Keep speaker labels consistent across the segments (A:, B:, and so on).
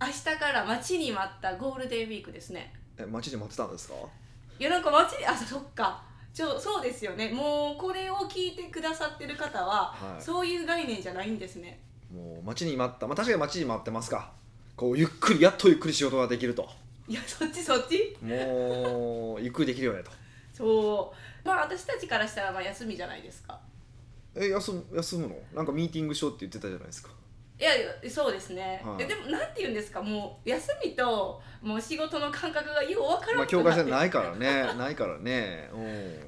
A: 明日から待ちに待ったゴールデンウィークですね
B: え待ちで待ってたんですか
A: いやなんか待ちにあそっかちょそうですよねもうこれを聞いてくださってる方は、
B: はい
A: そういう概念じゃないんですね
B: もう待ちに待ったまあ確かに待ちに待ってますかこうゆっくりやっとゆっくり仕事ができると
A: いやそっちそっち
B: もうゆっくりできるよねと
A: そうまあ私たちからしたらまあ休みじゃないですか
B: え休む休むのなんかミーティングしようって言ってたじゃないですか
A: いやそうですね、
B: はい
A: えでもなんて言うんですかもう休みともう仕事の感覚がよう分からな
B: まあ
A: くな
B: 境界線
A: って
B: ないからねないからね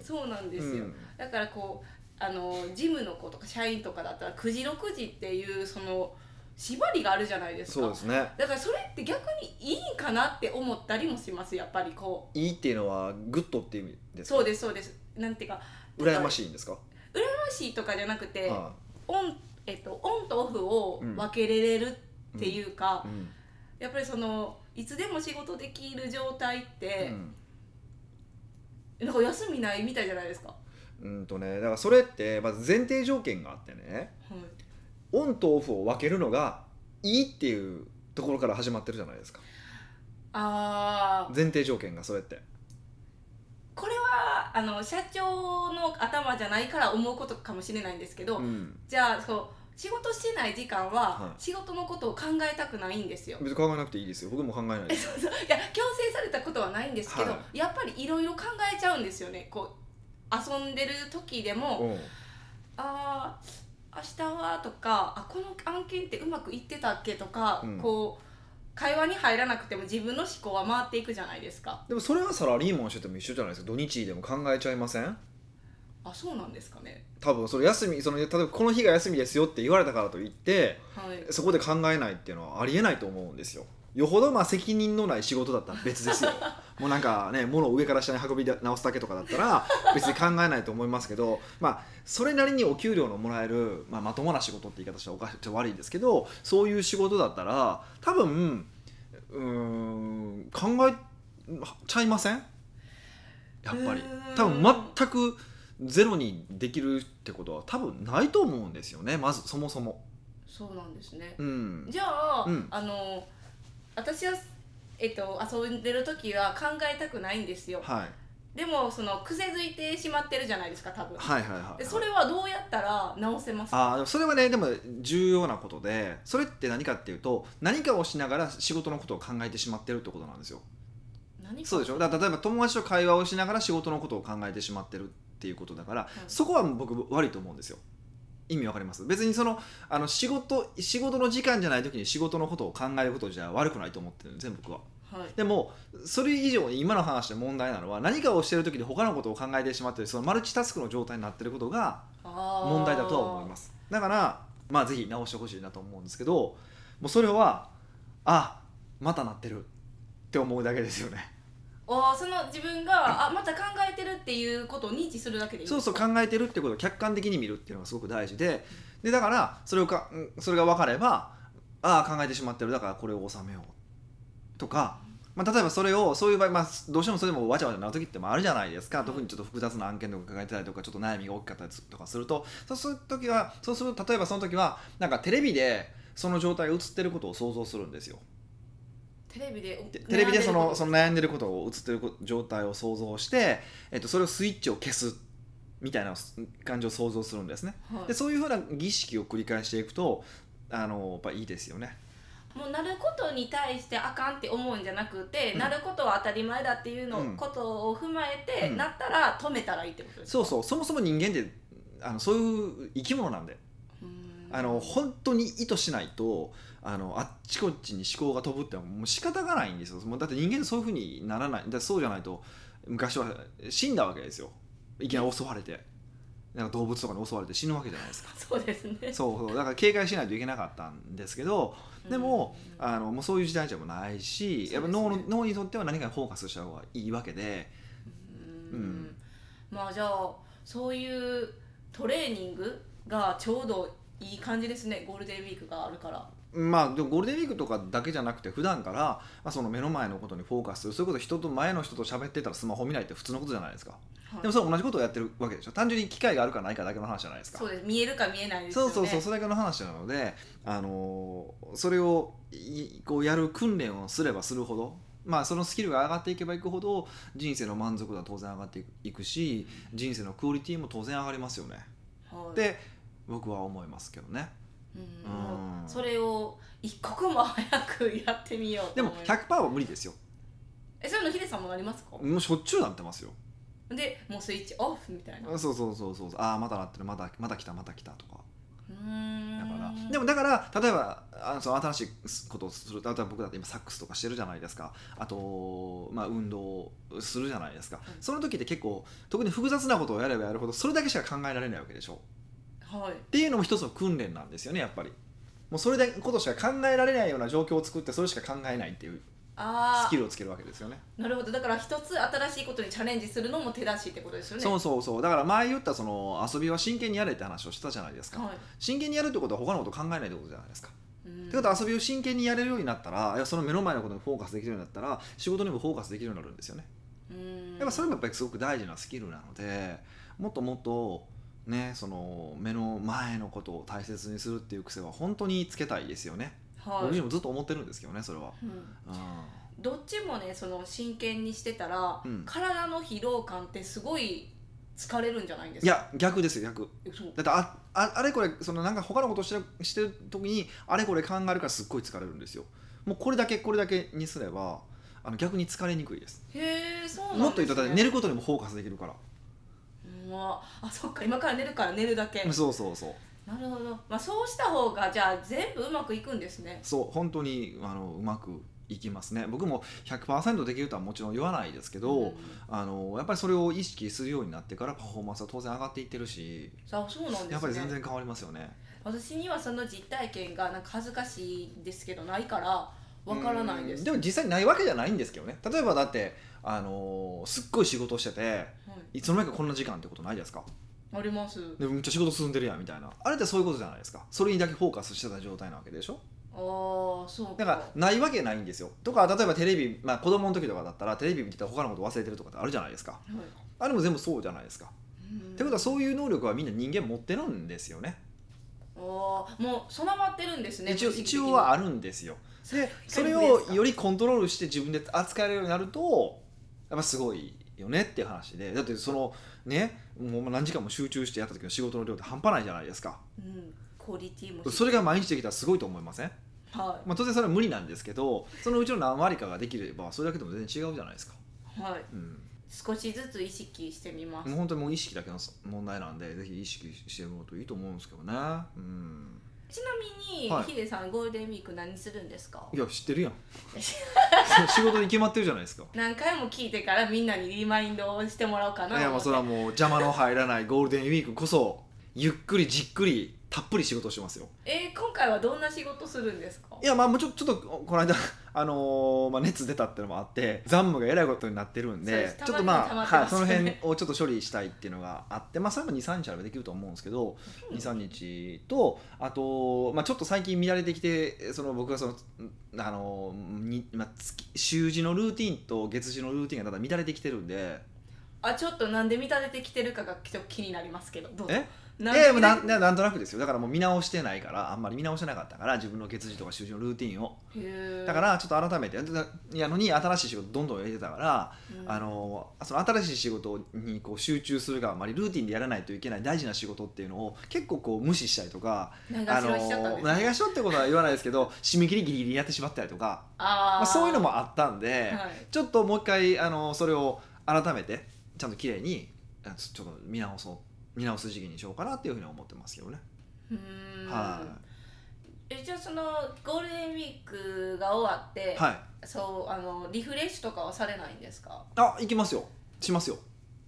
B: う
A: そうなん
B: ん
A: ですよ、
B: うん
A: だからこうあの事務の子とか社員とかだったら9時6時っていうその縛りがあるじゃないですか
B: そうですね
A: だからそれって逆にいいんかなって思ったりもしますやっぱりこ
B: いいっていうのはグッドっていう意味で
A: う
B: すか
A: そうですそうですなんていうか
B: 羨ま
A: い
B: しいんですか、
A: 羨ましいとかじゃなくて、
B: は
A: オンえっと、オンとオフを分けれれるっていうか、
B: いうん
A: やっぱりそのいつでも仕事できる状態っ
B: う
A: て、
B: ん
A: なんか休みないみたいじゃないですか、は
B: うんとねだからそれってまず前提条件があってね
A: い、
B: オンとオフを分けるのがいいっていうところから始まってるじゃないですか
A: あー
B: 前提条件がそれって
A: これはあの社長の頭じゃないから思うことかもしれないんですけど、
B: うん
A: じゃあそう仕事してない時間は
B: はい
A: 仕事のことを考えたくないんですよ、
B: 別に考えなくていいですよ僕も考えないです
A: そういや強制されたことはないんですけど、
B: は
A: やっぱりいろいろ考えちゃうんですよねこう遊んでる時でも、
B: うん
A: あー明日はとかあこの案件ってうまくいってたっけとか、
B: うん
A: こう会話に入らなくても自分の思考は回っていくじゃないですか
B: でもそれはサラリーマンしてても一緒じゃないですか土日でも考えちゃいません
A: あそうなんですかね
B: 多分それ休みその例えばこの日が休みですよって言われたからといって
A: はい
B: そこで考えないっていうのはありえないと思うんですよよほどまあ責任のない仕事だったら 別ですよもうなんかね物を上から下に運び直すだけとかだったら別に考えないと思いますけどまあそれなりにお給料のもらえる、まあ、まともな仕事って言い方したらおかしちょっと悪いですけどそういう仕事だったら多分うーん考えちゃいませんやっぱり
A: うーん
B: 多分全くゼロにできるってことは多分ないと思うんですよねまずそもそも。
A: そうなんですね
B: うん
A: じゃあ、
B: うん
A: あの私はえっと遊んでる時は考えたくないんですよ
B: はい、
A: でもその癖づいてしまってるじゃないですか多分
B: はいはいはいはい
A: でそれはどうやったら直せますか
B: あーでもそれはねでも重要なことでそれって何かっていうと何かをしながら仕事のことを考えてしまってるってことなんですよ
A: 何か
B: そうでしょだから例えば友達と会話をしながら仕事のことを考えてしまってるっていうことだから、そこは僕悪いと思うんですよ意味わかります別にそのあの仕事仕事の時間じゃない時に仕事のことを考えることじゃ悪くないと思ってるんですね僕は
A: はい
B: でもそれ以上に今の話で問題なのは何かをしてる時に他のことを考えてしまってるそのマルチタスクの状態になってることが問題だとは思いますすだからまあぜひ直してほしいなと思うんですけどもうそれはあまたなってるって思うだけですよね
A: あーその自分があまた考えてるっていうことを認知するだけでいい
B: そうそう考えてるってことを客観的に見るっていうのがすごく大事ででだからそれをかうんそれが分かればああ考えてしまってるだからこれを収めようとか、まあ、例えばそれをそういう場合、まあ、どうしてもそれでもわちゃわちゃなる時ってもあるじゃないですか
A: ん
B: 特にちょっと複雑な案件とか抱えてたりとかちょっと悩みが大きかったりとかするとそうする時はそうすると例えばその時はなんかテレビでその状態が映ってることを想像するんですよ。
A: テレビで
B: でテレビでそのそ
A: の
B: の悩んでることを映ってるこ状態を想像して、えっと、それをスイッチを消すみたいな感じを想像するんですね
A: はい
B: でそういうふうな儀式を繰り返していくとあのやっぱいいですよね
A: もうなることに対してあかんって思うんじゃなくて、
B: うん
A: なることは当たり前だっていうの、
B: うん
A: ことを踏まえて、
B: うん
A: なったら止めたらいいってことですか
B: そうそうそもそも人間ってあのそういう生き物なんで
A: うーん
B: あの本当に意図しないとあのあっちこっちに思考が飛ぶってのはもう仕方がないんですよもうだって人間ってそういうふうにならないだってそうじゃないと昔は死んだわけですよいきなり襲われてなんか動物とかに襲われて死ぬわけじゃないですか
A: そうですね
B: そうそうだから警戒しないといけなかったんですけどでも
A: うん
B: あのもうそういう時代じゃもうないし、やっぱ
A: そう
B: 脳
A: です
B: の
A: ね
B: 脳にとっては何かにフォーカスした方がいいわけで
A: うーん
B: うん
A: まあじゃあそういうトレーニングがちょうどいい感じですねゴールデンウィークがあるから
B: まあでもゴールデンウィークとかだけじゃなくて普段から、まあ、その目の前のことにフォーカスするそういうこと人と前の人と喋ってたらスマホ見ないって普通のことじゃないですか
A: はい
B: でもそれは同じことをやってるわけでしょ単純に機会があるかないかだけの話じゃないですか
A: そうです見えるか見えないですよ
B: そう
A: ね
B: そうそうそれだけの話なので、あのーそれをいこうやる訓練をすればするほど、まあ、そのスキルが上がっていけばいくほど人生の満足度は当然上がっていくいくし人生のクオリティも当然上がりますよね
A: はい
B: って僕は思いますけどね
A: うん
B: うん
A: もうそれを一刻も早くやってみようと
B: でも
A: 思います
B: 100%は無理ですよ
A: えそういうのヒデさんもなりますか
B: もうしょっちゅうなってますよ
A: でもうスイッチオフみたいなう
B: そうそうそうそうそうああまたなってるまたまた来たまた来たとか
A: ーん
B: だからでもだから例えばあのその新しいことをする例えば僕だって今サックスとかしてるじゃないですかあと、まあ、運動をするじゃないですか、
A: うん
B: その時って結構特に複雑なことをやればやるほどそれだけしか考えられないわけでしょ
A: はい
B: っていうのも一つの訓練なんですよねやっぱりもうそれだけことしか考えられないような状況を作ってそれしか考えないっていう
A: あ
B: スキルをつけるわけですよね
A: あなるほどだから一つ新しいことにチャレンジするのも手出しってことですよね
B: そうそうそうだから前言ったその遊びは真剣にやれって話をしてたじゃないですか、
A: はい
B: 真剣にやるってことは他のこと考えないってことじゃないですか
A: うん
B: ってことは遊びを真剣にやれるようになったらいやその目の前のことにフォーカスできるようになったら仕事にもフォーカスできるようになるんですよね
A: うん
B: やっぱそれもやっぱりすごく大事なスキルなのでもっともっとねその目の前のことを大切にするっていう癖は本当につけたいですよね、
A: は
B: 僕
A: い
B: 自身もずっと思ってるんですけどねそれは、
A: うん
B: う
A: どっちもねその真剣にしてたら、
B: うん
A: 体の疲労感ってすごい疲れるんじゃないんで
B: ん、い
A: すか
B: や逆ですよ逆
A: いやそう
B: だってあああれこれそのなんか他のことしてるしてる時にあれこれ考えるからすっごい疲れるんですよもうこれだけこれだけにすればあの逆に疲れにくいです
A: へえそうなんです、ね、
B: もっと言うとだって寝ることにもフォーカスできるから
A: うんまああそっか今から寝るから寝るだけ
B: そうそうそう
A: なるほど、まあ、そうした方がじゃあ全部うまくいくんですね
B: そう本当にあのうまくいきますね僕も100%できるとはもちろん言わないですけど、
A: ん
B: あのやっぱりそれを意識するようになってからパフォーマンスは当然上がっていってるし、
A: あそうなんですね
B: やっぱり全然変わりますよね
A: 私にはその実体験がなんか恥ずかしいですけどないからわからないで
B: うん
A: す、
B: でも実際ないわけじゃないんですけどね例えばだってあのすっごい仕事してて
A: はい
B: いつの間にかこんな時間ってことないですか
A: あります
B: でめっちゃ仕事進んでるやんみたいなあれってそういうことじゃないですかそれにだけフォーカスしてた状態なわけでしょ
A: ああそうか
B: だからないわけないんですよとか例えばテレビ、まあ、子供の時とかだったらテレビ見てたら他のこと忘れてるとかってあるじゃないですか
A: はい
B: あれも全部そうじゃないですか、
A: うん
B: ってことはそういう能力はみんな人間持ってるんですよね
A: あーもう備わってるんですね
B: 一応
A: 無意識
B: 一
A: 的に
B: 応はあるんですよでそれをよりコントロールして自分で扱えるようになるとやっぱすごいよねっていう話でだってそのねもう何時間も集中してやった時の仕事の量って半端ないじゃないですか
A: うんクオリティも低い
B: それが毎日できたらすごいと思いません、
A: は
B: まあ、当然それは無理なんですけどそのうちの何割かができればそれだけでも全然違うじゃないですか、
A: い、はい、
B: うん、
A: 少しずつ意識してみます
B: もう本当にもう意識だけの問題なんでぜひ意識してもらうといいと思うんですけどねうん
A: ちなみに、
B: はい
A: ヒデさんゴールデンウィーク何するんですか
B: いや知ってるやん 仕事に決まってるじゃないですか
A: 何回も聞いてからみんなにリマインドをしてもらおうか
B: い
A: な
B: やまあそれはもう邪魔の入らないゴールデンウィークこそゆっくりじっくりたっぷり仕事をしてますよ
A: えー今回はどんな仕事するんですか
B: いやまあもうちょちょっとこの間 あのーまあ、熱出たってのもあって残務がえらいことになってるん
A: そう
B: で
A: です
B: ちょっとま
A: た
B: あ
A: まに溜ま
B: は
A: っ
B: い、
A: て
B: そ
A: ます
B: の
A: ね
B: 辺をちょっと処理したいっていうのがあってまあそれも23日あればできると思うんですけど
A: うん
B: 23日とあと、まあ、ちょっと最近乱れてきてその僕がそのあのに、まあ、月週次のルーティンと月次のルーティンがただ乱れてきてるんで
A: あちょっとなんで見立ててきてるかがちょっと気になりますけどどうぞ
B: え
A: なん
B: い
A: で
B: やいやもうなんななんとなくですよだからもう見直してないからあんまり見直してなかったから自分の月次とか週次のルーティンを
A: へー
B: だからちょっと改めてだやのに新しい仕事どんどん入れてたから、
A: うん
B: あのその新しい仕事にこう集中するがあまりルーティンでやらないといけない大事な仕事っていうのを結構こう無視したりとか
A: 流し
B: あ
A: ろしちゃったんですね
B: ないがしろってことは言わないですけど締め切りギリギリにやってしまったりとか
A: あー
B: まあ、そういうのもあったんで、
A: はい
B: ちょっともう一回あのそれを改めてちゃんと綺麗にあちょちょっと見直そう見直す時期にしようかなっていうふうに思ってますけどね。
A: うーん
B: は
A: えじゃあそのゴールデンウィークが終わって、
B: い、はい、
A: そうあのリフレッシュとかはされないんですか
B: あ行きますよしますよ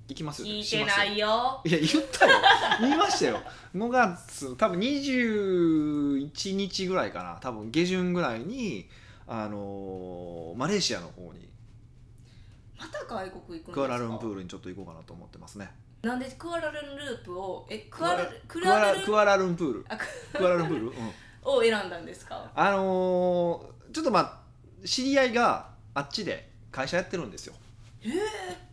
B: 行きますよ
A: 聞い
B: してますよ
A: ないよ
B: いや言ったよ言いましたよ5月多分21日ぐらいかな多分下旬ぐらいにあのーマレーシアの方に
A: また外国行くんですか
B: クアラルンプールにちょっと行こうかなと思ってますね
A: なんでクアラルンループをえクアラルク
B: クア
A: アラ
B: ラ
A: ルン
B: クアラルンプール
A: あく
B: クアラルンプール、うん、
A: を選んだんですか
B: あのーちょっとまあ知り合いがあっちで会社やってるんですよ
A: へえ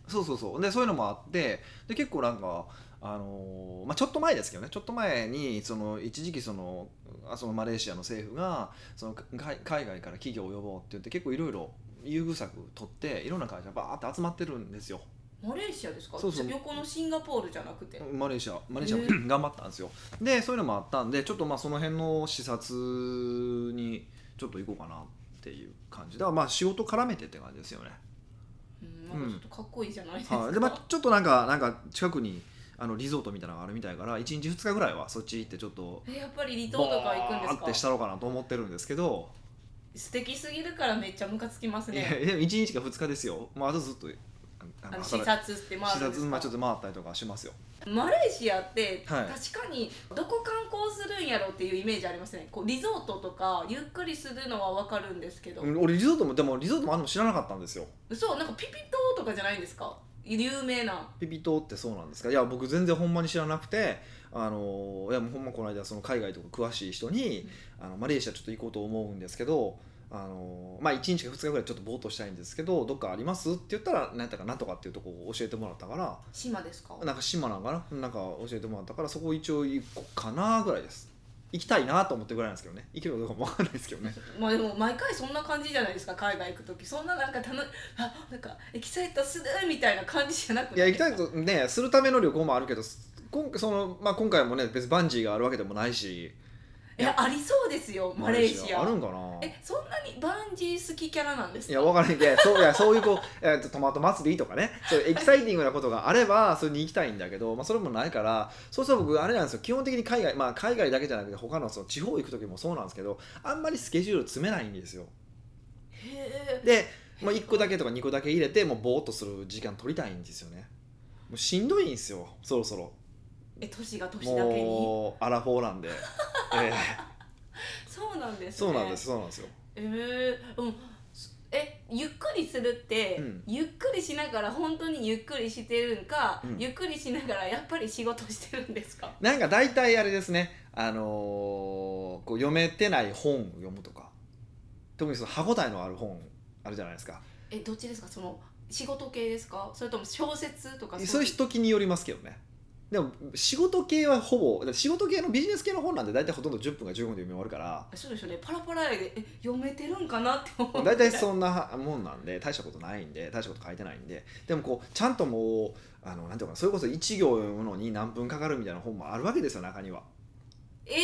B: そうそうそうでそういうのもあってで結構なんかあのーまあ、ちょっと前ですけどねちょっと前にその一時期そのあそのマレーシアの政府がそのか海海外から企業を呼ぼうって言って結構いろいろ優遇策取っていろんな会社バーって集まってるんですよ
A: マレーシアですか
B: そうそう
A: 横のシンガポールじゃなくて
B: マレーシアマレーシアも
A: へ
B: 頑張ったんですよでそういうのもあったんでちょっとまあその辺の視察にちょっと行こうかなっていう感じだからまあ仕事絡めてって感じで すよね
A: うんなんかちょっとかっこいいじゃないですか、
B: はい、でまあちょっとなんかなんか近くにあのリゾートみたいなのがあるみたいから1日2日ぐらいはそっち行ってちょっと
A: えやっぱり離島とか行くんです
B: バー
A: か
B: ってしたろうかなと思ってるんですけど、
A: 素敵すぎるからめっちゃムカつきます
B: いや
A: ね
B: でも1日か2日ですよ、まあ、あとずっとあ
A: あ
B: の
A: の視
B: 働い
A: 察って
B: 視
A: まあ
B: 察まあちょっと回ったりとかしますよ
A: マレーシアって
B: はい
A: 確かにどこ観光するんやろっていうイメージありますねこうリゾートとかゆっくりするのはわかるんですけど、
B: うん俺リゾートもでもリゾートもあんのも知らなかったんですよ
A: そうなんかピピ島とかじゃないんですか有名な
B: ピピ島ってそうなんですかいや僕全然ほんまに知らなくてあのいやもうほんまこの間その海外とか詳しい人に、あのマレーシアちょっと行こうと思うんですけどあのまあ1日か2日ぐらいちょっとぼーっとしたいんですけどどっかありますって言ったら何やったかなんとかっていうとこを教えてもらったから
A: 島ですか
B: なんか島なんかななんか教えてもらったからそこ一応行こうかなぐらいです行きたいなと思ってるぐらいなんですけどね行けるかどうかも分かんないですけ どね
A: まあでも毎回そんな感じじゃないですか海外行く時そんななんか楽あなんかエキサイトするみたいな感じじゃなく
B: いや行きたい
A: と
B: とねするための旅行もあるけど今その、まあ、今回もね別にバンジーがあるわけでもないし
A: いやありそうですよマレーシア
B: あるんかな
A: えそんなにバンジー好きキャラなんです
B: い
A: か
B: や、わからへんけど、そういやそういうこう、えーと、トマト祭りとかね、そういうエキサイティングなことがあれば、それに行きたいんだけど、まあ、それもないから、そうすると僕、あれなんですよ、基本的に海外、まあ、海外だけじゃなくて、他のその地方行く時もそうなんですけど、あんまりスケジュール詰めないんですよ。
A: へえ
B: で、まあ、1個だけとか2個だけ入れて、もうぼーっとする時間取りたいんですよね。もうしんどいんですよ、そろそろ。
A: え年が年だけに
B: もう、アラフォーなんで。え
A: そうなんです、
B: ー
A: ね、
B: そうなんです、そうなんですよ。
A: えー、うんそえゆっくりするって、
B: うん
A: ゆっくりしながら本当にゆっくりしてるんか、
B: うん
A: ゆっくりしながらやっぱり仕事してるんですか
B: なんか大体あれですね、あのーこう読めてない本を読むとか特にその歯応えのある本あるじゃないですか
A: えどっちですかその仕事系ですかそれとも小説とか
B: そういう人気によりますけどねでも仕事系はほぼだって仕事系のビジネス系の本なんて大体ほとんど10分か15分で読み終わるから
A: そうですよねパラパラでえ読めてるんかなって思う
B: 大体そんなもんなんで大したことないんで大したこと書いてないんででもこうちゃんともうあのなんていうのかなそれこそ1行読むのに何分かかるみたいな本もあるわけですよ中には。
A: えー、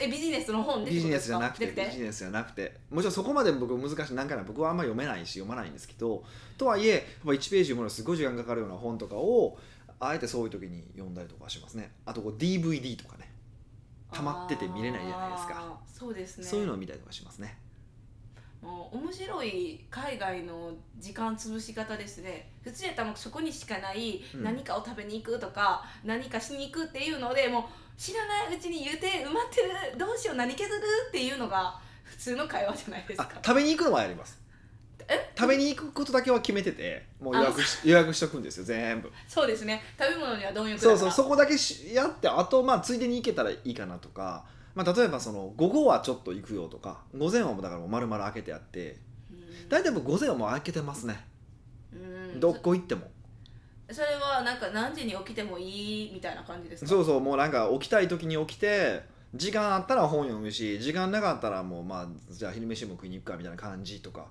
A: えビジネスの本でってこと
B: ビジネ
A: で
B: ス
A: す
B: じゃ
A: か
B: なくてビジネスじゃなくてもちろんそこまで僕難しい何回も僕はあんま読めないし読まないんですけどとはいえやっぱ1ページ読むのにすごい時間かかるような本とかをあえてそういう時に読んだりとかしますねあとこう DVD とかね溜まってて見れないじゃないですか
A: あーそうですね
B: そういうのを見たりとかしますね
A: もう面白い海外の時間潰し方ですね普通やったらもうそこにしかない
B: うん
A: 何かを食べに行くとか、何かしに行くっていうのでもう知らないうちに言うて埋まってるどうしよう何削るっていうのが普通の会話じゃないです
B: あ
A: か
B: 食べに行くのはやります
A: え
B: 食べに行くことだけは決めててもう予約し予約しとくんですよ 全部
A: そうですね食べ物には貪欲だか
B: そう
A: ら
B: そうそこだけしやってあとまあついでに行けたらいいかなとか、まあ、例えばその午後はちょっと行くよとか午前はもうだからもう丸々開けてやって
A: うん
B: 大体僕午前はもう開けてますね、
A: うん
B: どこ行っても
A: それはなんか何時に起きてもいいみたいな感じですか
B: そうそうもうなんか起きたい時に起きて時間あったら本読むし時間なかったらもうまあじゃあ昼飯も食いに行くかみたいな感じとか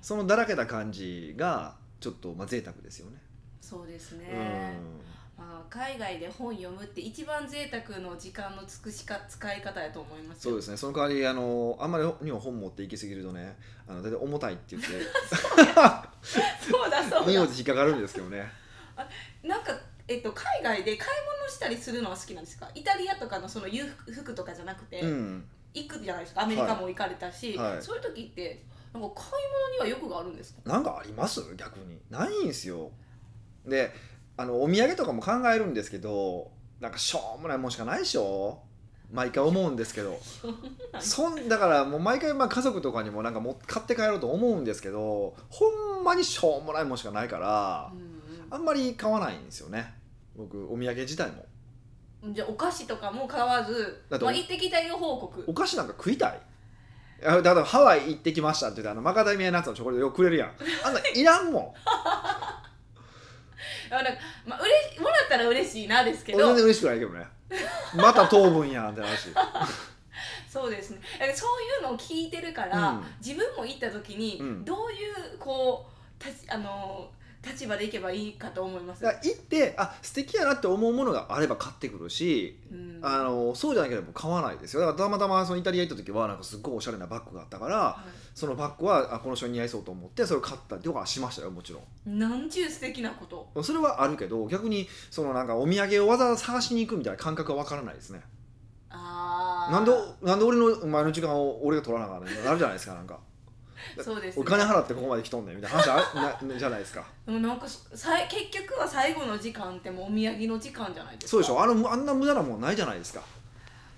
B: そのだらけた感じがちょっとまあ贅沢ですよね、
A: そうですね、まあ、海外で本読むって一番贅沢の時間の尽くしか使い方やと思いま
B: うん
A: す
B: そう
A: よ
B: ですねその代わりあのあんまりにも本持って行き過ぎるとねあの大体重たいって言 って
A: そうだそう
B: 荷
A: だ
B: 物引っかかるんですけど ね
A: なんか、えっと、海外で買い物したりするのは好きなんですかイタリアとかのその裕福服とかじゃなくて、
B: うん
A: 行くじゃないですかアメリカも行かれたし、
B: はいはい
A: そういう時ってなんか買い物には欲があるんですか
B: なんかあります逆にないんすよであのお土産とかも考えるんですけどなんかしょうもないもんしかないでしょ毎回思うんですけどそんだからもう毎回まあ家族とかにもなんかもう買って帰ろうと思うんですけどほんまにしょうもないもんしかないから
A: うんうん
B: あんまり買わないんですよね僕お土産自体も
A: じゃあお菓子とかも買わず、
B: だって
A: まあ、行ってきたよ報告
B: お菓子なんか食いたいあだからハワイ行ってきましたって言ってあのマカダミアナッツのチョコレートよくくれるやんあんなんいらんもん
A: あなんか、まあ、うれしもらったら嬉しいなですけ
B: 俺
A: ど
B: 全然嬉しくないけどねまた糖分やんって話
A: そうですねだからそういうのを聞いてるから、
B: うん
A: 自分も行った時に
B: うん
A: どういうこうたちあのー立場で行けばいいかと思います、
B: だから行ってあ素敵やなって思うものがあれば買ってくるし
A: うん、
B: あのそうじゃなければ買わないですよだからたまたまそのイタリア行った時はなんかすっごいおしゃれなバッグがあったから
A: は
B: そのバッグはあこの人に似合いそうと思ってそれを買ったりとかはしましたよもちろ
A: いなんちゅう素敵なこと
B: んそれはあるけど逆にそのなんかお土産をわざわざ探しに行くみたいな感覚はわからないですね
A: あー
B: なんでなんで俺のお前の時間を俺が取らなあかんねんなるじゃないですかなんか
A: そうです、
B: お
A: ね、
B: 金払ってここまで来とんねんみたいな話あなじゃないですか
A: でもなんかそさい結局は最後の時間ってもうお土産の時間じゃないですか
B: そうでしょあのあんな無駄なもんないじゃないですか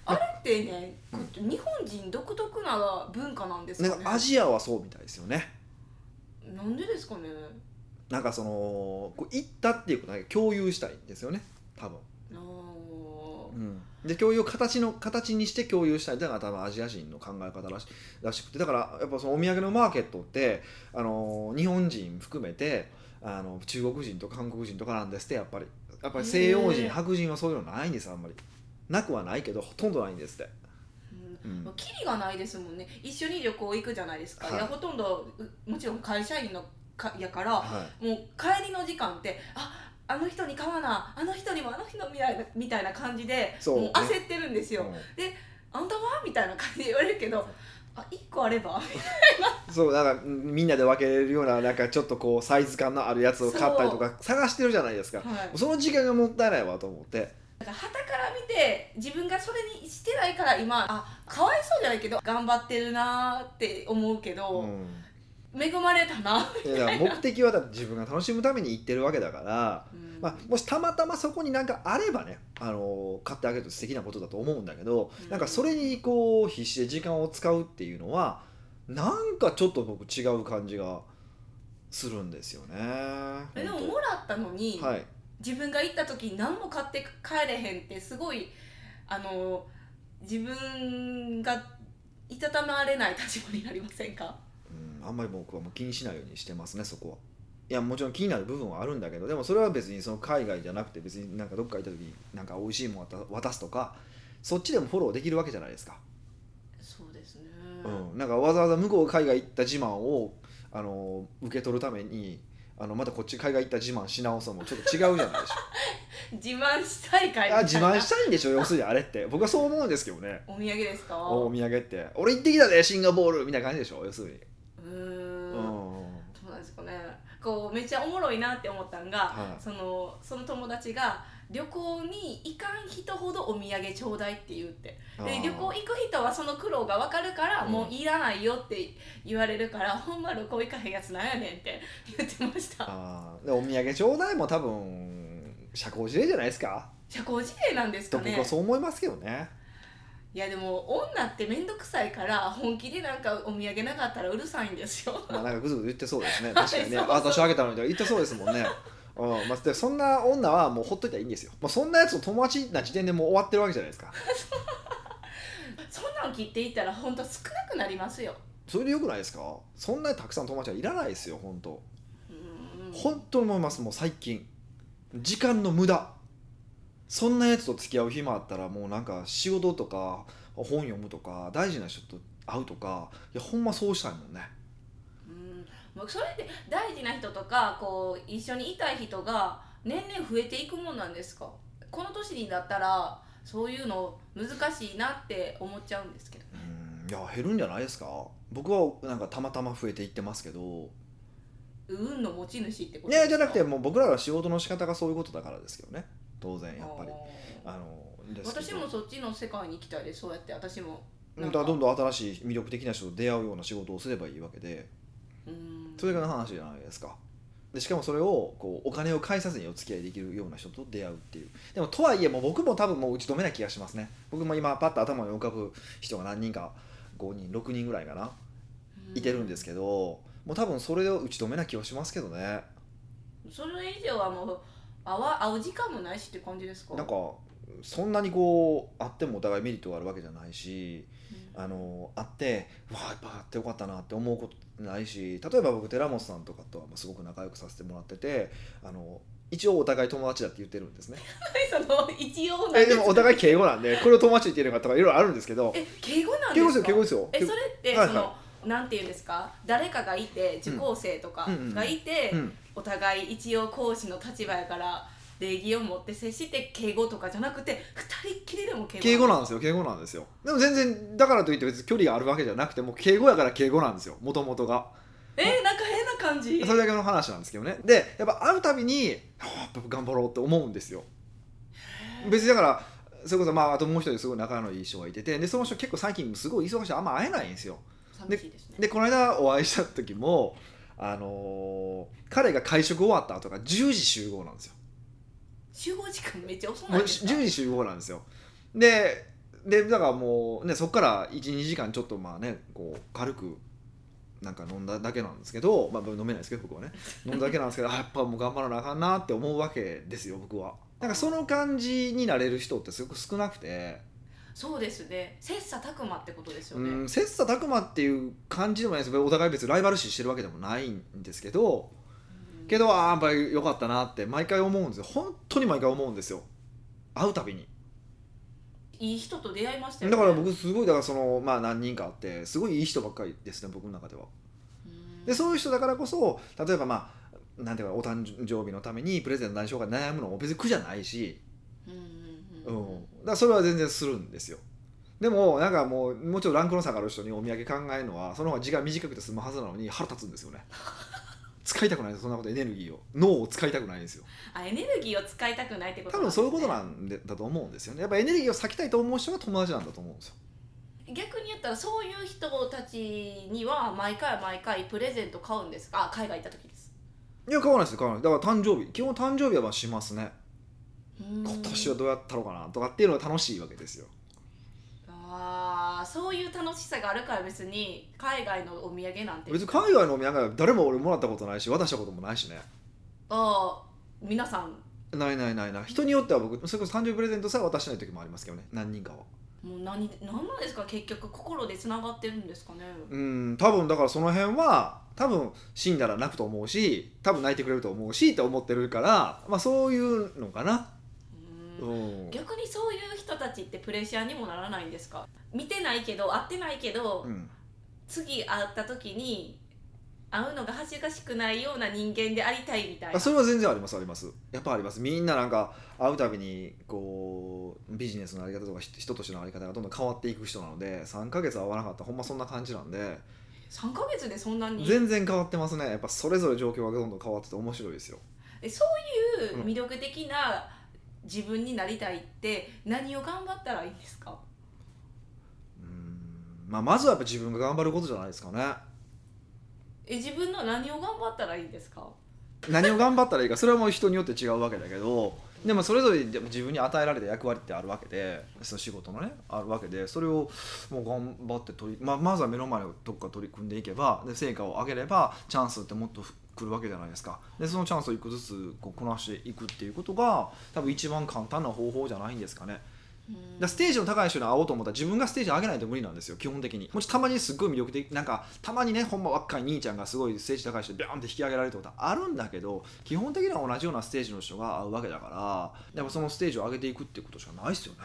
A: あれってね、
B: うん
A: こう日本人独特な文化なんです
B: な
A: か
B: ん
A: ね
B: かアジアはそうみたいですよね
A: なんでですかね
B: なんかそのこう行ったっていうことだけ共有したいんですよね多分、
A: あー
B: で共有を形の形にして共有したいっていうのが多分アジア人の考え方らしらしくてだからやっぱそのお土産のマーケットってあのー日本人含めてあの中国人と韓国人とかなんですってやっぱりやっぱり西洋
A: へ
B: 人
A: ー
B: 白人はそういうのないんですあんまりなくはないけどほとんどないんですって、
A: うん
B: うん
A: まあキリがないですもんね一緒に旅行行くじゃないですか、
B: はい
A: い、やほとんどうもちろん会社員のかやからも
B: は
A: う帰りの時間ってああの人に買わなあの人にもあの人みたいなみたいな感じで
B: そう
A: もう焦ってるんです
B: い、
A: よ、あんたはみたいな感じで言われるけどあ一1個あれば
B: そうなんかうんみんなで分けれるようななんかちょっとこうサイズ感のあるやつを買ったりとか探してるじゃないですか
A: はい
B: その時間がもったいないわと思って
A: だから旗から見て自分がそれにしてないから今あかわいそうじゃないけど頑張ってるなーって思うけ
B: う
A: ど、
B: ん
A: 恵まれたな、
B: いやだから目的はだって自分が楽しむために行ってるわけだから、
A: うん
B: まあ、もしたまたまそこになんかあればね、あの買ってあげると素敵なことだと思うんだけど、
A: うん
B: なんかそれにこう必死で時間を使うっていうのはなんかちょっと僕違う感じがするんですよね。
A: えでも
B: 本
A: もらったのに、
B: 当はい
A: 自分が行った時に何も買って帰れへんってすごいあの自分がいたたまれない立場になりませんか
B: うん、あんまり僕はもう気にしないようにしてますねそこは。いやもちろん気になる部分はあるんだけどでもそれは別にその海外じゃなくて別になんかどっか行った時になんか美味しいもん渡渡すとかそっちでもフォローできるわけじゃないですか、
A: そうですね、
B: うん、なんかわざわざ向こう海外行った自慢をあの受け取るためにあのまたこっち海外行った自慢し直すのもちょっと違うじゃないでし ょ
A: 自慢したいかい
B: あ自慢
A: し
B: したいんでしょ要するにあれって僕はそう思うんですけどね
A: お土産ですか
B: お
A: う
B: 土産って俺行ってきたでシンガポールみたいな感じでしょ要するに
A: ーん
B: うん
A: どうなんですかねこうめっちゃおもろいなって思ったんが、
B: はい
A: そのその友達が旅行に行かん人ほどお土産ちょうだいって言うって
B: あ
A: で
B: ー
A: 旅行行く人はその苦労が分かるから
B: うん
A: もういらないよって言われるから、ほんま旅行行かへんやつなんやねんって 言ってました
B: あーでお土産ちょうだいも多分社交辞令じゃないですか
A: 社交辞令なんです
B: と
A: か
B: 僕
A: ね
B: はそう思いますけどね
A: いやでも女って面倒くさいから本気でなんかお土産なかったらうるさいんですよ
B: まあなんかぐずぐず言ってそうですね確かにね
A: そう
B: あ
A: そう
B: 私あげたのにとか言ってそうですもんねうんまあ、でそんな女はもうほっといたらいいんですよ、まあ、そんなやつと友達な時点でもう終わってるわけじゃないですか
A: そんなん切っていったらほんと少なくなりますよ
B: それでよくないですかそんなにたくさん友達はいらないですよ本当
A: うん
B: 本当に思いますもう最近時間の無駄そんなやつと付き合う暇あったらもうなんか仕事とか本読むとか大事な人と会うとかいやほんまそうしたいもんね
A: うんまあそれって大事な人とかこう一緒にいたい人が年々増えていくもんなんですかこの年になったらそういうの難しいなって思っちゃうんですけど
B: うんいや減るんじゃないですか僕はなんかたまたま増えていってますけど
A: 運の持ち主ってこと
B: いやじゃなくてもう僕らの仕事の仕方がそういうことだからですけどね当然やっぱり
A: あー
B: あのですけど
A: 私もそっちの世界に行きたいですそうやって私も
B: だからどんどん新しい魅力的な人と出会うような仕事をすればいいわけで
A: うん
B: それが話じゃないですかでしかもそれをこうお金を介さずにお付き合いできるような人と出会うっていうでもとはいえもう僕も多分もう打ち止めな気がしますね僕も今パッと頭に浮かぶ人が何人か5人6人ぐらいかな
A: うん
B: いてるんですけどもう多分それを打ち止めな気はしますけどね
A: それ以上はもう会わ会う時間もないしって感じですか
B: なんかそんなにこうあってもお互いメリットがあるわけじゃないしあのあってうわやっぱあってよかったなって思うことないし例えば僕寺本さんとかとはすごく仲良くさせてもらっててあの一応お互い友達だって言ってるんですね
A: その一応なん
B: え
A: す
B: でもお互い敬語なんでこれを友達って言ってるのかとかいろいろあるんですけど
A: え敬語なんで
B: 敬語で
A: す
B: す
A: か
B: よ敬語ですよ
A: え
B: 敬
A: そ
B: 語
A: れって
B: はい
A: そのなんていうんですか誰かがいて受講生とかがいて
B: うん
A: お互い一応講師の立場やから礼儀を持って接して敬語とかじゃなくて二人っきりでも敬語
B: 敬語なんですすよ敬語なんですよでも全然だからといって別に距離があるわけじゃなくてもう敬語やから敬語なんですよもともとが
A: えなんか変な感じ
B: それだけの話なんですけどねでやっぱ会うたびにあやっぱ頑張ろうって思うんですよ別にだからそれこそまああともう一人すごい仲のいい人がいててでその人結構最近すごい忙しいあんま会えないんですよ
A: 寂しいですね
B: でこの間お会いした時もあのー彼が会食終わった後が10時集合なんですよ
A: 集合時間めっちゃ遅な
B: も
A: いうですか
B: 10時集合なんですよででだからもうねそこから12時間ちょっとまあねこう軽くなんか飲んだだけなんですけどまあ飲めないですけど僕はね飲んだだけなんですけどあやっぱもう頑張らなあかんなって思うわけですよ僕はなんかその感じになれる人ってすごく少なくて
A: そうですね切磋琢磨ってことですよ
B: う
A: ね、
B: ん切磋琢磨っていう感じでもないですお互い別にライバル視してるわけでもないんですけど
A: うん
B: けどあーやっぱり良かったなって毎回思うんですよ本当に毎回思うんですよ会うたびに
A: いい人と出会いましたよ
B: だ
A: ね
B: から僕すごいだからそのまあ何人かあってすごいいい人ばっかりですね僕の中では
A: うん
B: でそういう人だからこそ例えばまあなんていうかお誕生日のためにプレゼント何しようか悩むのも別に苦じゃないし、
A: うんう
B: うん
A: うんん、
B: だからそれは全然するんですよでもなんかもうもうちょっとランクの下がある人にお土産考えるのはその方が時間短くて済むはずなのに腹立つんですよね使いたくないですそんなことエネルギーを脳を使いたくないんですよ
A: あエネルギーを使いたくないってこと
B: 多分そういうこと
A: んで
B: なんでだと思うんですよねやっぱエネルギーを割きたいと思う人が友達なんだと思うんですよ
A: すね逆に言ったらそういう人たちには毎回毎回プレゼント買うんですかあ海外行った時です
B: いや買わないです買わないだから誕生日基本誕生日はまあしますね
A: 今
B: 今年はどうやったろうかなとかっていうのが楽しいわけですよ
A: あーそういう楽しさがあるから別に海外のお土産なんて
B: 別に海外のお土産は誰も俺もらったことないし渡したこともないしね
A: ああ皆さん
B: ないないないない人によっては僕それこそ誕生日プレゼントさえ渡してない時もありますけどね何人かは
A: もう何何なんですか結局心でつながってるんですかね
B: うん多分だからその辺は多分死んだら泣くと思うし多分泣いてくれると思うしって思ってるからまあそういうのかな
A: うん
B: うん
A: 逆にそういう人たちってプレッシャーにもならないんですか見てないけど会ってないけど、
B: うん
A: 次会った時に会うのが恥ずかしくないような人間でありたいみたい
B: あ
A: な
B: それは全然ありますありますやっぱありますみんななんか会うたびにこうビジネスのあり方とかひ人としてのあり方がどんどん変わっていく人なので3ヶ月会わなかったらほんまそんな感じなんで
A: 3ヶ月でそんなに
B: 全然変わってますねやっぱそれぞれ状況がどんどん変わってて面白いですよ
A: えそういう魅力的な自分になりたいって何を頑張ったらいいんですか
B: うん、まあ、まずはやっぱ自分が頑張ることじゃないですかね
A: え自分の何を頑張ったらいいんですか
B: 何を頑張ったらいいかそれはもう人によって違うわけだけどでもそれぞれでも自分に与えられた役割ってあるわけでその仕事のねあるわけでそれをもう頑張って取り、まあ、まずは目の前のとこから取り組んでいけばで成果を上げればチャンスってもっと来るわけじゃないですかでそのチャンスを一個ずつこうこなしていくっていうことが多分一番簡単な方法じゃないんですかねだからステージの高い人に会おうと思ったら自分がステージ上げないと無理なんですよ基本的にもしたまにすっごい魅力的なんかたまにねほんま若い兄ちゃんがすごいステージ高い人でビャンって引き上げられるってことはあるんだけど基本的には同じようなステージの人が会うわけだからやっぱそのステージを上げていくっていうことしかないですよね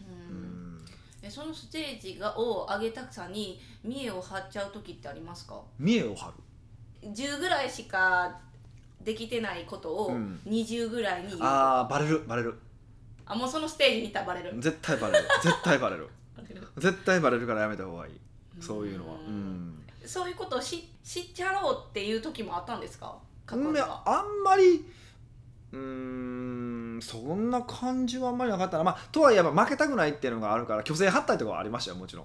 A: うん
B: うん
A: えそのステージがを上げたくさに見栄を張っちゃう時ってありますか
B: 見栄を張る
A: ?10 ぐらいしかできてないことを
B: うん
A: 20ぐらいに言う、あ
B: あーバレるバレる
A: もうそのステージにいたらバレる
B: 絶対バレる絶対バレる
A: バレる
B: 絶対バレるからやめた方がいいそういうのは
A: う
B: うんん
A: そういうことをし知っちゃろうっていう時もあったんですか過去
B: うん
A: に
B: いや
A: は、
B: あんまりうーんそんな感じはあんまりなかったなまあとはいえやっぱ負けたくないっていうのがあるから虚勢張ったりとかはありましたよもちろん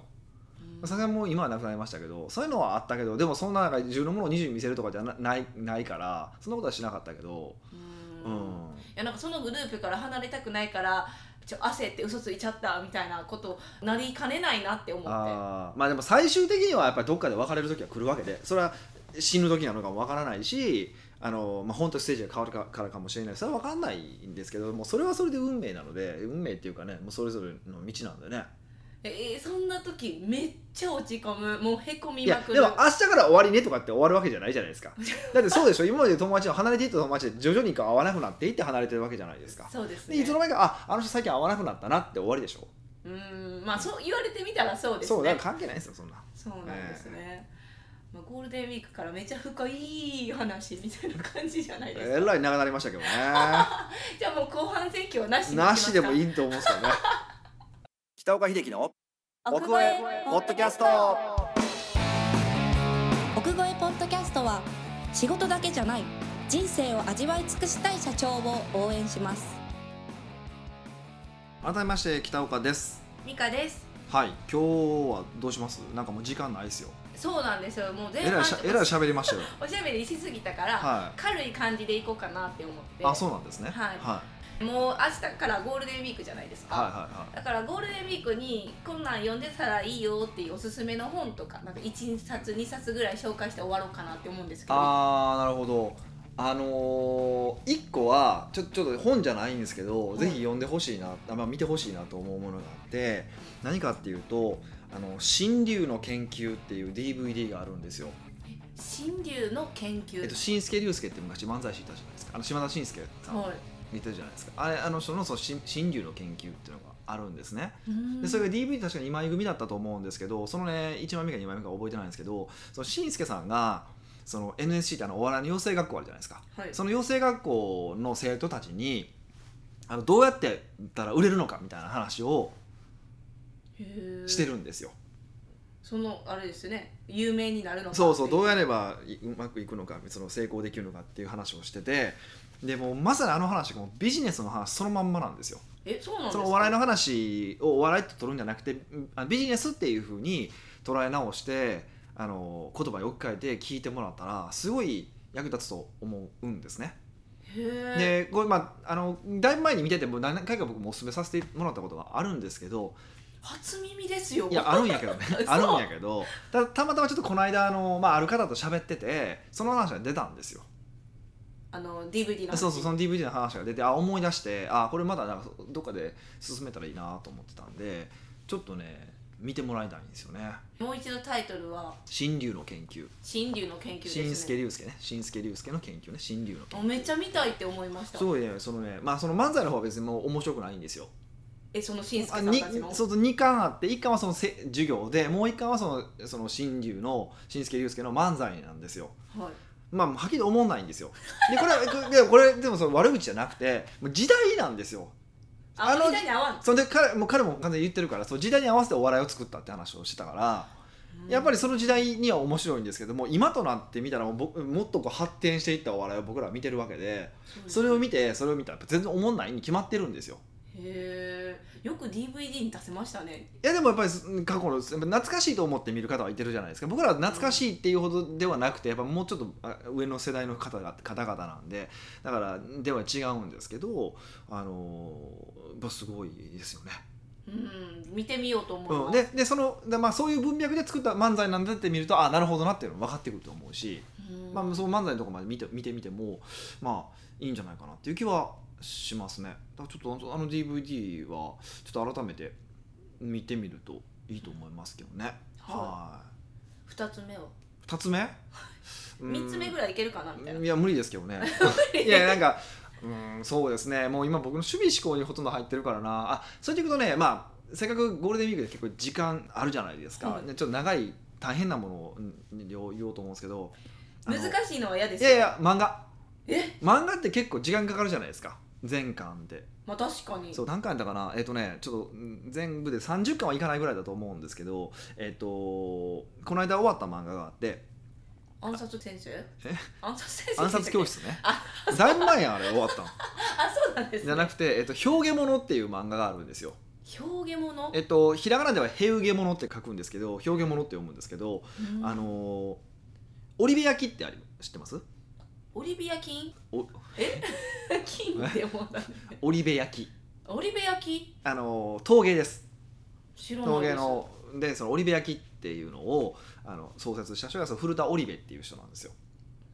A: うん
B: さすがにもう今はなくなりましたけどそういうのはあったけどでもそんななんか自分のものを20に見せるとかじゃなないないからそんなことはしなかったけどう
A: うん
B: ん、
A: いやなんかそのグループから離れたくないからちょ焦って嘘ついちゃったみたいなことなりかねないなって思って
B: あーまあでも最終的にはやっぱりどっかで別れる時は来るわけでそれは死ぬ時なのかもわからないしあのまあ、本当にステージが変わるかからかもしれないそれは分かんないんですけどもうそれはそれで運命なので運命っていうかねもうそれぞれの道なんでね
A: えーそんな時めっちゃ落ち込むもうへこみ
B: い
A: ま
B: や
A: くる
B: でも明日から終わりねとかって終わるわけじゃないじゃないですかだってそうでしょ今まで友達の離れていった友達で徐々にこう会わなくなっていって離れてるわけじゃないですか
A: そうです
B: で
A: ね
B: いつの間にかああの人最近会わなくなったなって終わりでしょ
A: うーんまあそう言われてみたらそうです
B: そうだ
A: ね
B: から関係ないんですよそんな
A: そうなんですね、まあ、ゴールデンウィークからめちゃ深い話みたいな感じじゃないですか、
B: えらい長なりましたけどね
A: じゃあもう後半選挙はなしに
B: なしでも
A: い
B: いいと思うんですよね 北岡秀樹の奥越えポッドキャスト
C: 奥越えポッドキャストは仕事だけじゃない人生を味わい尽くしたい社長を応援します
B: 改めまして北岡です
A: ミカです
B: はい今日はどうしますなんかもう時間ないですよ
A: そうなんですよもう前
B: え
A: 半
B: らいしゃえらい喋りま したよ
A: おしゃべりしすぎたから、
B: は
A: 軽い感じでいこうかなって思って
B: いあそうなんですね
A: はい
B: は
A: もう明日からゴールデンウィークじゃないです
B: い
A: か、
B: はいはいはい
A: だからゴールデンウィークにこんなん読んでたらいいよっていうおすすめの本とかなんか1冊2冊ぐらい紹介して終わろうかなって思うんですけど
B: あーなるほどあのー、1個はちょちょっと本じゃないんですけど、
A: い
B: ぜひ読んでほしいなあ、まあ、見てほしいなと思うものがあって何かっていうと「あの新竜の研究」っていう DVD があるんですよ、
A: 新竜の研究、
B: えっと、新助竜介って昔漫才師いたじゃないですかあの島田紳介さん
A: はい
B: 見てるじゃないですかあれあの人のその新新竜の研究っていうのがあるんですね
A: うん
B: でそれが DVD 確か2枚組だったと思うんですけどそのね1枚目か2枚目か覚えてないんですけどその紳介さんがその NSC ってあのお笑いの養成学校あるじゃないですか
A: はい
B: その養成学校の生徒たちにあのどうやってやったら売れるのかみたいな話を
A: へー
B: してるんですよ。
A: そのあれですね有名になるのか
B: そうそうどう
A: や
B: やればいうまくいくのかその成功できるのかっていう話をしててでもうまさにあの話がもうビジネスの話そのまんまなんですよ。
A: えそうなんです
B: そ
A: か
B: のお笑いの話をお笑いと取るんじゃなくてうんあビジネスっていうふうに捉え直してあの言葉をよく変えて聞いてもらったらすごい役立つと思うんですね。
A: へえ
B: でこれまああのだいぶ前に見ててもう何回か僕もおすすめさせてもらったことがあるんですけど
A: 初耳ですよ
B: いやあるんやけどね
A: 嘘
B: あるんやけどたたまたまちょっとこの間あの、まあ、ある方と喋っててその話が出たんですよ。
A: あの DVD の話
B: そうそうその DVD の話が出てあ思い出してあこれまだなんかどっかで進めたらいいなと思ってたんでちょっとね見てもらいたいんですよね
A: もう一度タイトルは
B: 「新竜の研究」
A: 新竜の研究
B: 「
A: です
B: 新
A: ね
B: 助竜介ね「新助竜介の研究ね「新竜の研
A: あ
B: 究」
A: めっちゃ見たいって思いました
B: すごいねそのねまあその漫才の方は別にもう面白くないんですよ
A: えそのしんすけ
B: あ
A: さん
B: に
A: たちの
B: そうそう2巻あって1巻はそのせ授業でもう1巻はそのその新竜の新助竜介の漫才なんですよ
A: はい
B: まあ、はっきり思わないんですよ。でこれはこでこれでもその悪口じゃなくてもう時代なんですよ。
A: あ
B: あの
A: みたいに合わん
B: それで彼もう彼も完全に言ってるからその時代に合わせてお笑いを作ったって話をしてたから、やっぱ
A: り
B: りその時代には面白いんですけども今となってみたらもう僕もっとこう発展していったお笑いを僕らは見てるわけでそれを見てそれを見たら全然思んないに決まってるんですよ。
A: へえよく DVD に出せましたね
B: いやでもやっぱり過去のやっぱ懐かしいと思って見る方はいてるじゃないですか僕らは懐かしいっていうほどではなくてやっぱもうちょっとあ上の世代の方が方々なんでだからでは違うんですけどあのやっぱすごいですよね。
A: うん見てみようと思い
B: うん
A: ます
B: ででそので、まあ、そういう文脈で作った漫才なんだって見るとあなるほどなっていうの分かってくると思うし、
A: うん
B: まあ、その漫才のとこまで見て見てみてもまあいいんじゃないかなっていう気はしますね。だからちょっとあの DVD はちょっと改めて見てみるといいと思いますけどね。は
A: は二つ目を
B: い。二つ目？
A: 三つ目ぐらいいけるかなみたいない
B: や無理ですけ どね。いやなんかうんそうですね。もう今僕の趣味思考にほとんど入ってるからな。あそういうことねまあせっかくゴールデンウィークで結構時間あるじゃないですか。
A: はい
B: ねちょっと長い大変なものをうん言おう言おうと思うんですけど。あの
A: 難しいのは嫌です
B: い
A: よ
B: やいや漫画
A: え
B: 漫画って結構時間かかるじゃないですか全巻で
A: まあ確かに
B: そう何巻だかなえっ、とねちょっとうん全部で30巻はいかないぐらいだと思うんですけどえっ、とこの間終わった漫画があって
A: 暗殺先生
B: え
A: 暗殺 先生
B: 暗殺教
A: 室
B: 室ね
A: あ
B: だいぶ前やんあれ終 わったの
A: あそうなんです
B: じゃな
A: ね
B: くて「えっと表現物」っていう漫画があるんですよ
A: 表現物
B: えっとひらがなでは「へうげ物」って書くんですけど表現物って読むんですけど
A: うん
B: あのーオリビアキってあり知ってます
A: オリビア菌
B: お
A: え 菌って思 った
B: オリベ焼き
A: オリビア菌
B: あのー陶芸です
A: 知らな
B: 陶
A: いで
B: 芸
A: す
B: のでそのオリベ焼きっていうのをあの創設した人がその古田オリベっていう人なんですよ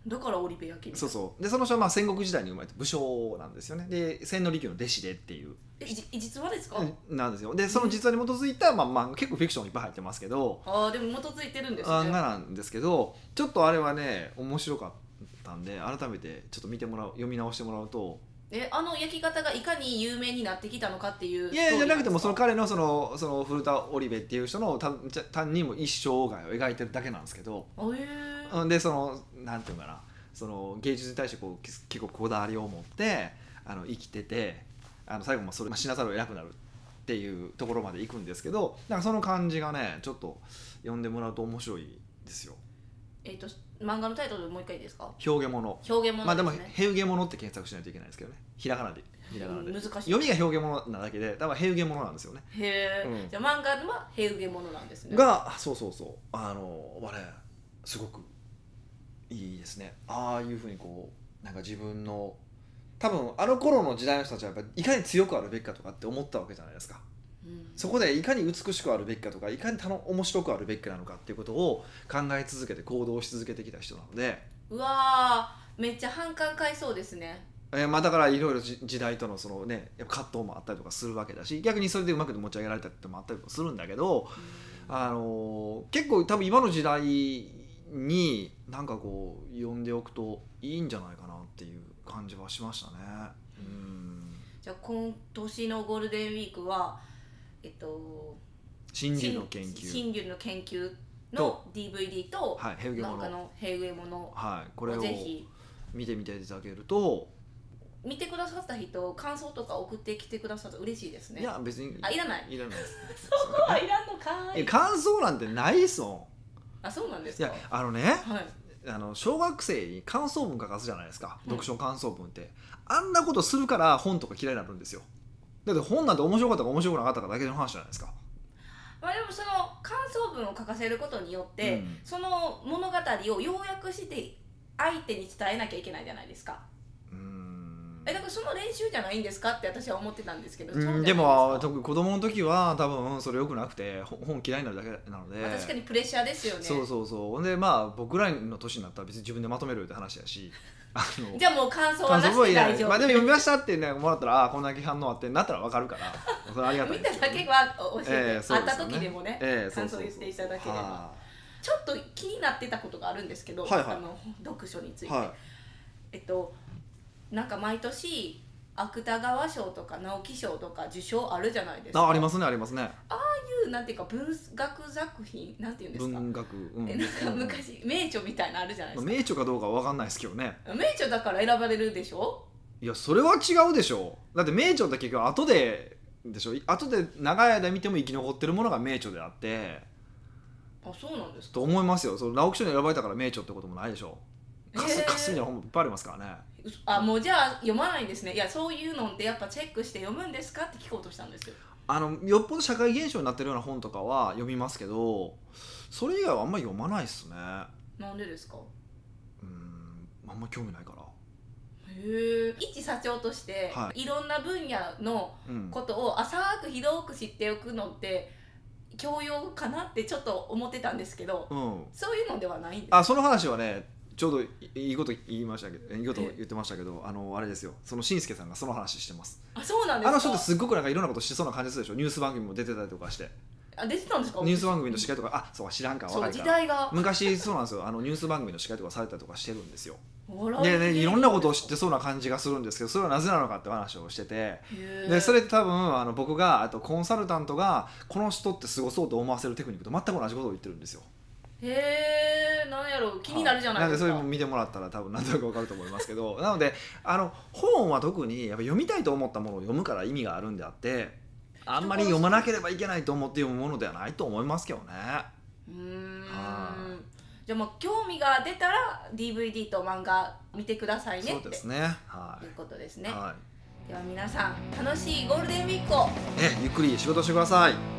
A: だから織部焼き
B: そうそうでその人はまあ戦国時代に生まれて武将なんですよねで千利休の弟子でっていう
A: えいじ実話ですか、
B: なんですよでその実話に基づいた、まあ、まあ結構フィクションいっぱい入ってますけど
A: ああでも基づいてるんです
B: 漫画
A: ね
B: なんですけどちょっとあれはね面白かったんで改めてちょっと見てもらう読み直してもらうと
A: えあの焼き方がいかに有名になってきたのかっていう
B: いやいやじゃなくてもその
A: か
B: 彼のそのその古田織部っていう人の単単にも一生涯を描いてるだけなんですけど
A: えー
B: うんでそのなんていうのかなその芸術に対してこうき結構こだわりを持ってあの生きててあの最後もそれまあ死なざるを得なくなるっていうところまで行くんですけどなんかその感じがねちょっと読んでもらうと面白いですよ
A: えっ、と漫画のタイトルもう一回いいですか
B: 表現もの
A: 表現も
B: まあ
A: の
B: で
A: で
B: も
A: すね、
B: 「へうげもの」って検索しないといけないですけどねひらがなでひらがなで
A: 難しい
B: 読みが表現ものなだけで多分へうげものなんですよね
A: へえ、
B: うん
A: じゃあ漫画は平受けものなんですね
B: がそうそうそうあの我々すごくいいですねああいうふうにこうなんか自分の多分あの頃の時代の人たちはやっぱいかに強くあるべきかとかって思ったわけじゃないですか
A: うん
B: そこでいかに美しくあるべきかとかいかにたの面白くあるべきなのかっていうことを考え続けて行動し続けてきた人なので、
A: うわーめっちゃ反感買いそうですね
B: えーまあ、だからいろいろじ時代とのその、ね、やっぱ葛藤もあったりとかするわけだし逆にそれでうまく持ち上げられたってのもあったりとかするんだけど、あのー結構多分今の時代になんかこう読んでおくといいんじゃないかなっていう感じはしましたね。うん
A: じゃあ今年のゴールデンウィークはえっと
B: 真珠の研究
A: 新流の研究の
B: と
A: DVD と
B: はい、ヘウゲモ
A: 漫画
B: の、
A: の「平上もの
B: はい、」これ
A: を
B: を
A: ぜひ
B: 見てみていただけると、
A: 見てくださった人感想とか送ってきてくださったら嬉しいですね
B: いや別に
A: あいらない
B: いらないです。
A: そこはいらんのかー
B: え
A: い
B: 感想なんてないっすも
A: あそうなんで
B: ん。い
A: すか
B: やあのね
A: はい
B: あの小学生に感想文書かすじゃないですか、読書感想文ってあんなことするから本とか嫌いになるんですよだって本なんて面白かったか面白くなかったかだけの話じゃないですか
A: まあでもその感想文を書かせることによって、
B: うん
A: その物語を要約して相手に伝えなきゃいけないじゃないですか
B: うーん
A: えだからその練習じゃないんですかって私は思ってたんですけど、そうじゃ
B: う
A: ない
B: ん
A: す
B: で
A: か
B: も特に子供の時は多分それよくなくてほ本嫌いになるだけなので、
A: まあ確かにプレッシャーですよね
B: そうそうそうほんでまあ僕らの年になったら別に自分でまとめるって話やしあの
A: じゃあもう感想は
B: 感
A: なし
B: 想文
A: で
B: いら
A: 大
B: ない
A: 丈夫、
B: まあでも読みましたってねもらったらあーこんだけ反応あってなったらわかるからそれありがたい
A: 見
B: で
A: た
B: す
A: だけは教えて、
B: ええそ
A: 会
B: う
A: っ
B: です
A: た
B: よね
A: 時でもね、
B: ええ
A: 感想を言っていただければ
B: は
A: ちょっと気になってたことがあるんですけど、
B: はいはい
A: あの読書につい
B: い
A: て、
B: は
A: えっとなんか毎年芥川賞とか直木賞とか受賞あるじゃないで
B: い
A: すか
B: あありますねありますね
A: いうなんていうか文学作品なんていうんですか
B: 文学うん
A: えなんか昔名著みたいなのあるじゃないで
B: ますあ
A: か
B: 名著かどうかは分かんないですけどね
A: 名著だから選ばれるでしょ
B: いやそれは違うでしょだって名著って結局後ででしょ後で長い間見ても生き残ってるものが名著であって
A: あそうなんですか
B: と思いますよその直木賞に選ばれたから名著ってこともないでしょかす
A: へー
B: かすみたいな本もいっぱいありますからね
A: 嘘あもうじゃあ読まないんですねいやそういうのってやっぱチェックして読むんですかって聞こうとしたんですよ
B: あのよっぽど社会現象になってるような本とかは読みますけどそれ以外はあんまり読まないっすね
A: なんでですか
B: うんあんま興味ないから
A: へえ一社長として、、
B: はい
A: ろんな分野の
B: うん
A: ことを浅く広く知っておくのって教養かなってちょっと思ってたんですけど
B: うん
A: そういうのではないんです
B: あその話はねちょうどいいいこと言いましたけどいいこと言ってましたけどあのあれですよそのしんすけさんがその話してます
A: あそうなんです
B: あ
A: か
B: の人ってすっごくなんかいろんなことしそうな感じするでしょニュース番組も出てたりとかして
A: あ出てたんですか
B: ニュース番組の司会とかあそうか知らんか
A: そ
B: 若
A: う
B: い
A: 時
B: から
A: 代が
B: 昔そうなんですよあのニュース番組の司会とかされたりとかしてるんですよ
A: 笑う
B: でねいろんなことを知ってそうな感じがするんですけどそれはなぜなのかって話をしててで
A: で
B: それって多分あの僕があとコンサルタントがこの人ってすごそうと思わせるテクニックと全く同じことを言ってるんですよ
A: へえなんやろう気になるじゃないですか
B: はいんでそれも見てもらったら多分何となくわかると思いますけど なのであの本は特にやっぱ読みたいと思ったものを読むから意味があるんであってあんまり読まなければいけないと思って読むものではないと思いますけどね
A: うーん
B: は
A: じゃあもう興味が出たら DVD と漫画見てくださいね
B: そ
A: っ
B: う
A: て
B: ですねは
A: いうことです
B: い、
A: ね
B: は
A: では皆さん楽しいゴールデンウィークを
B: いねゆっくり仕事してください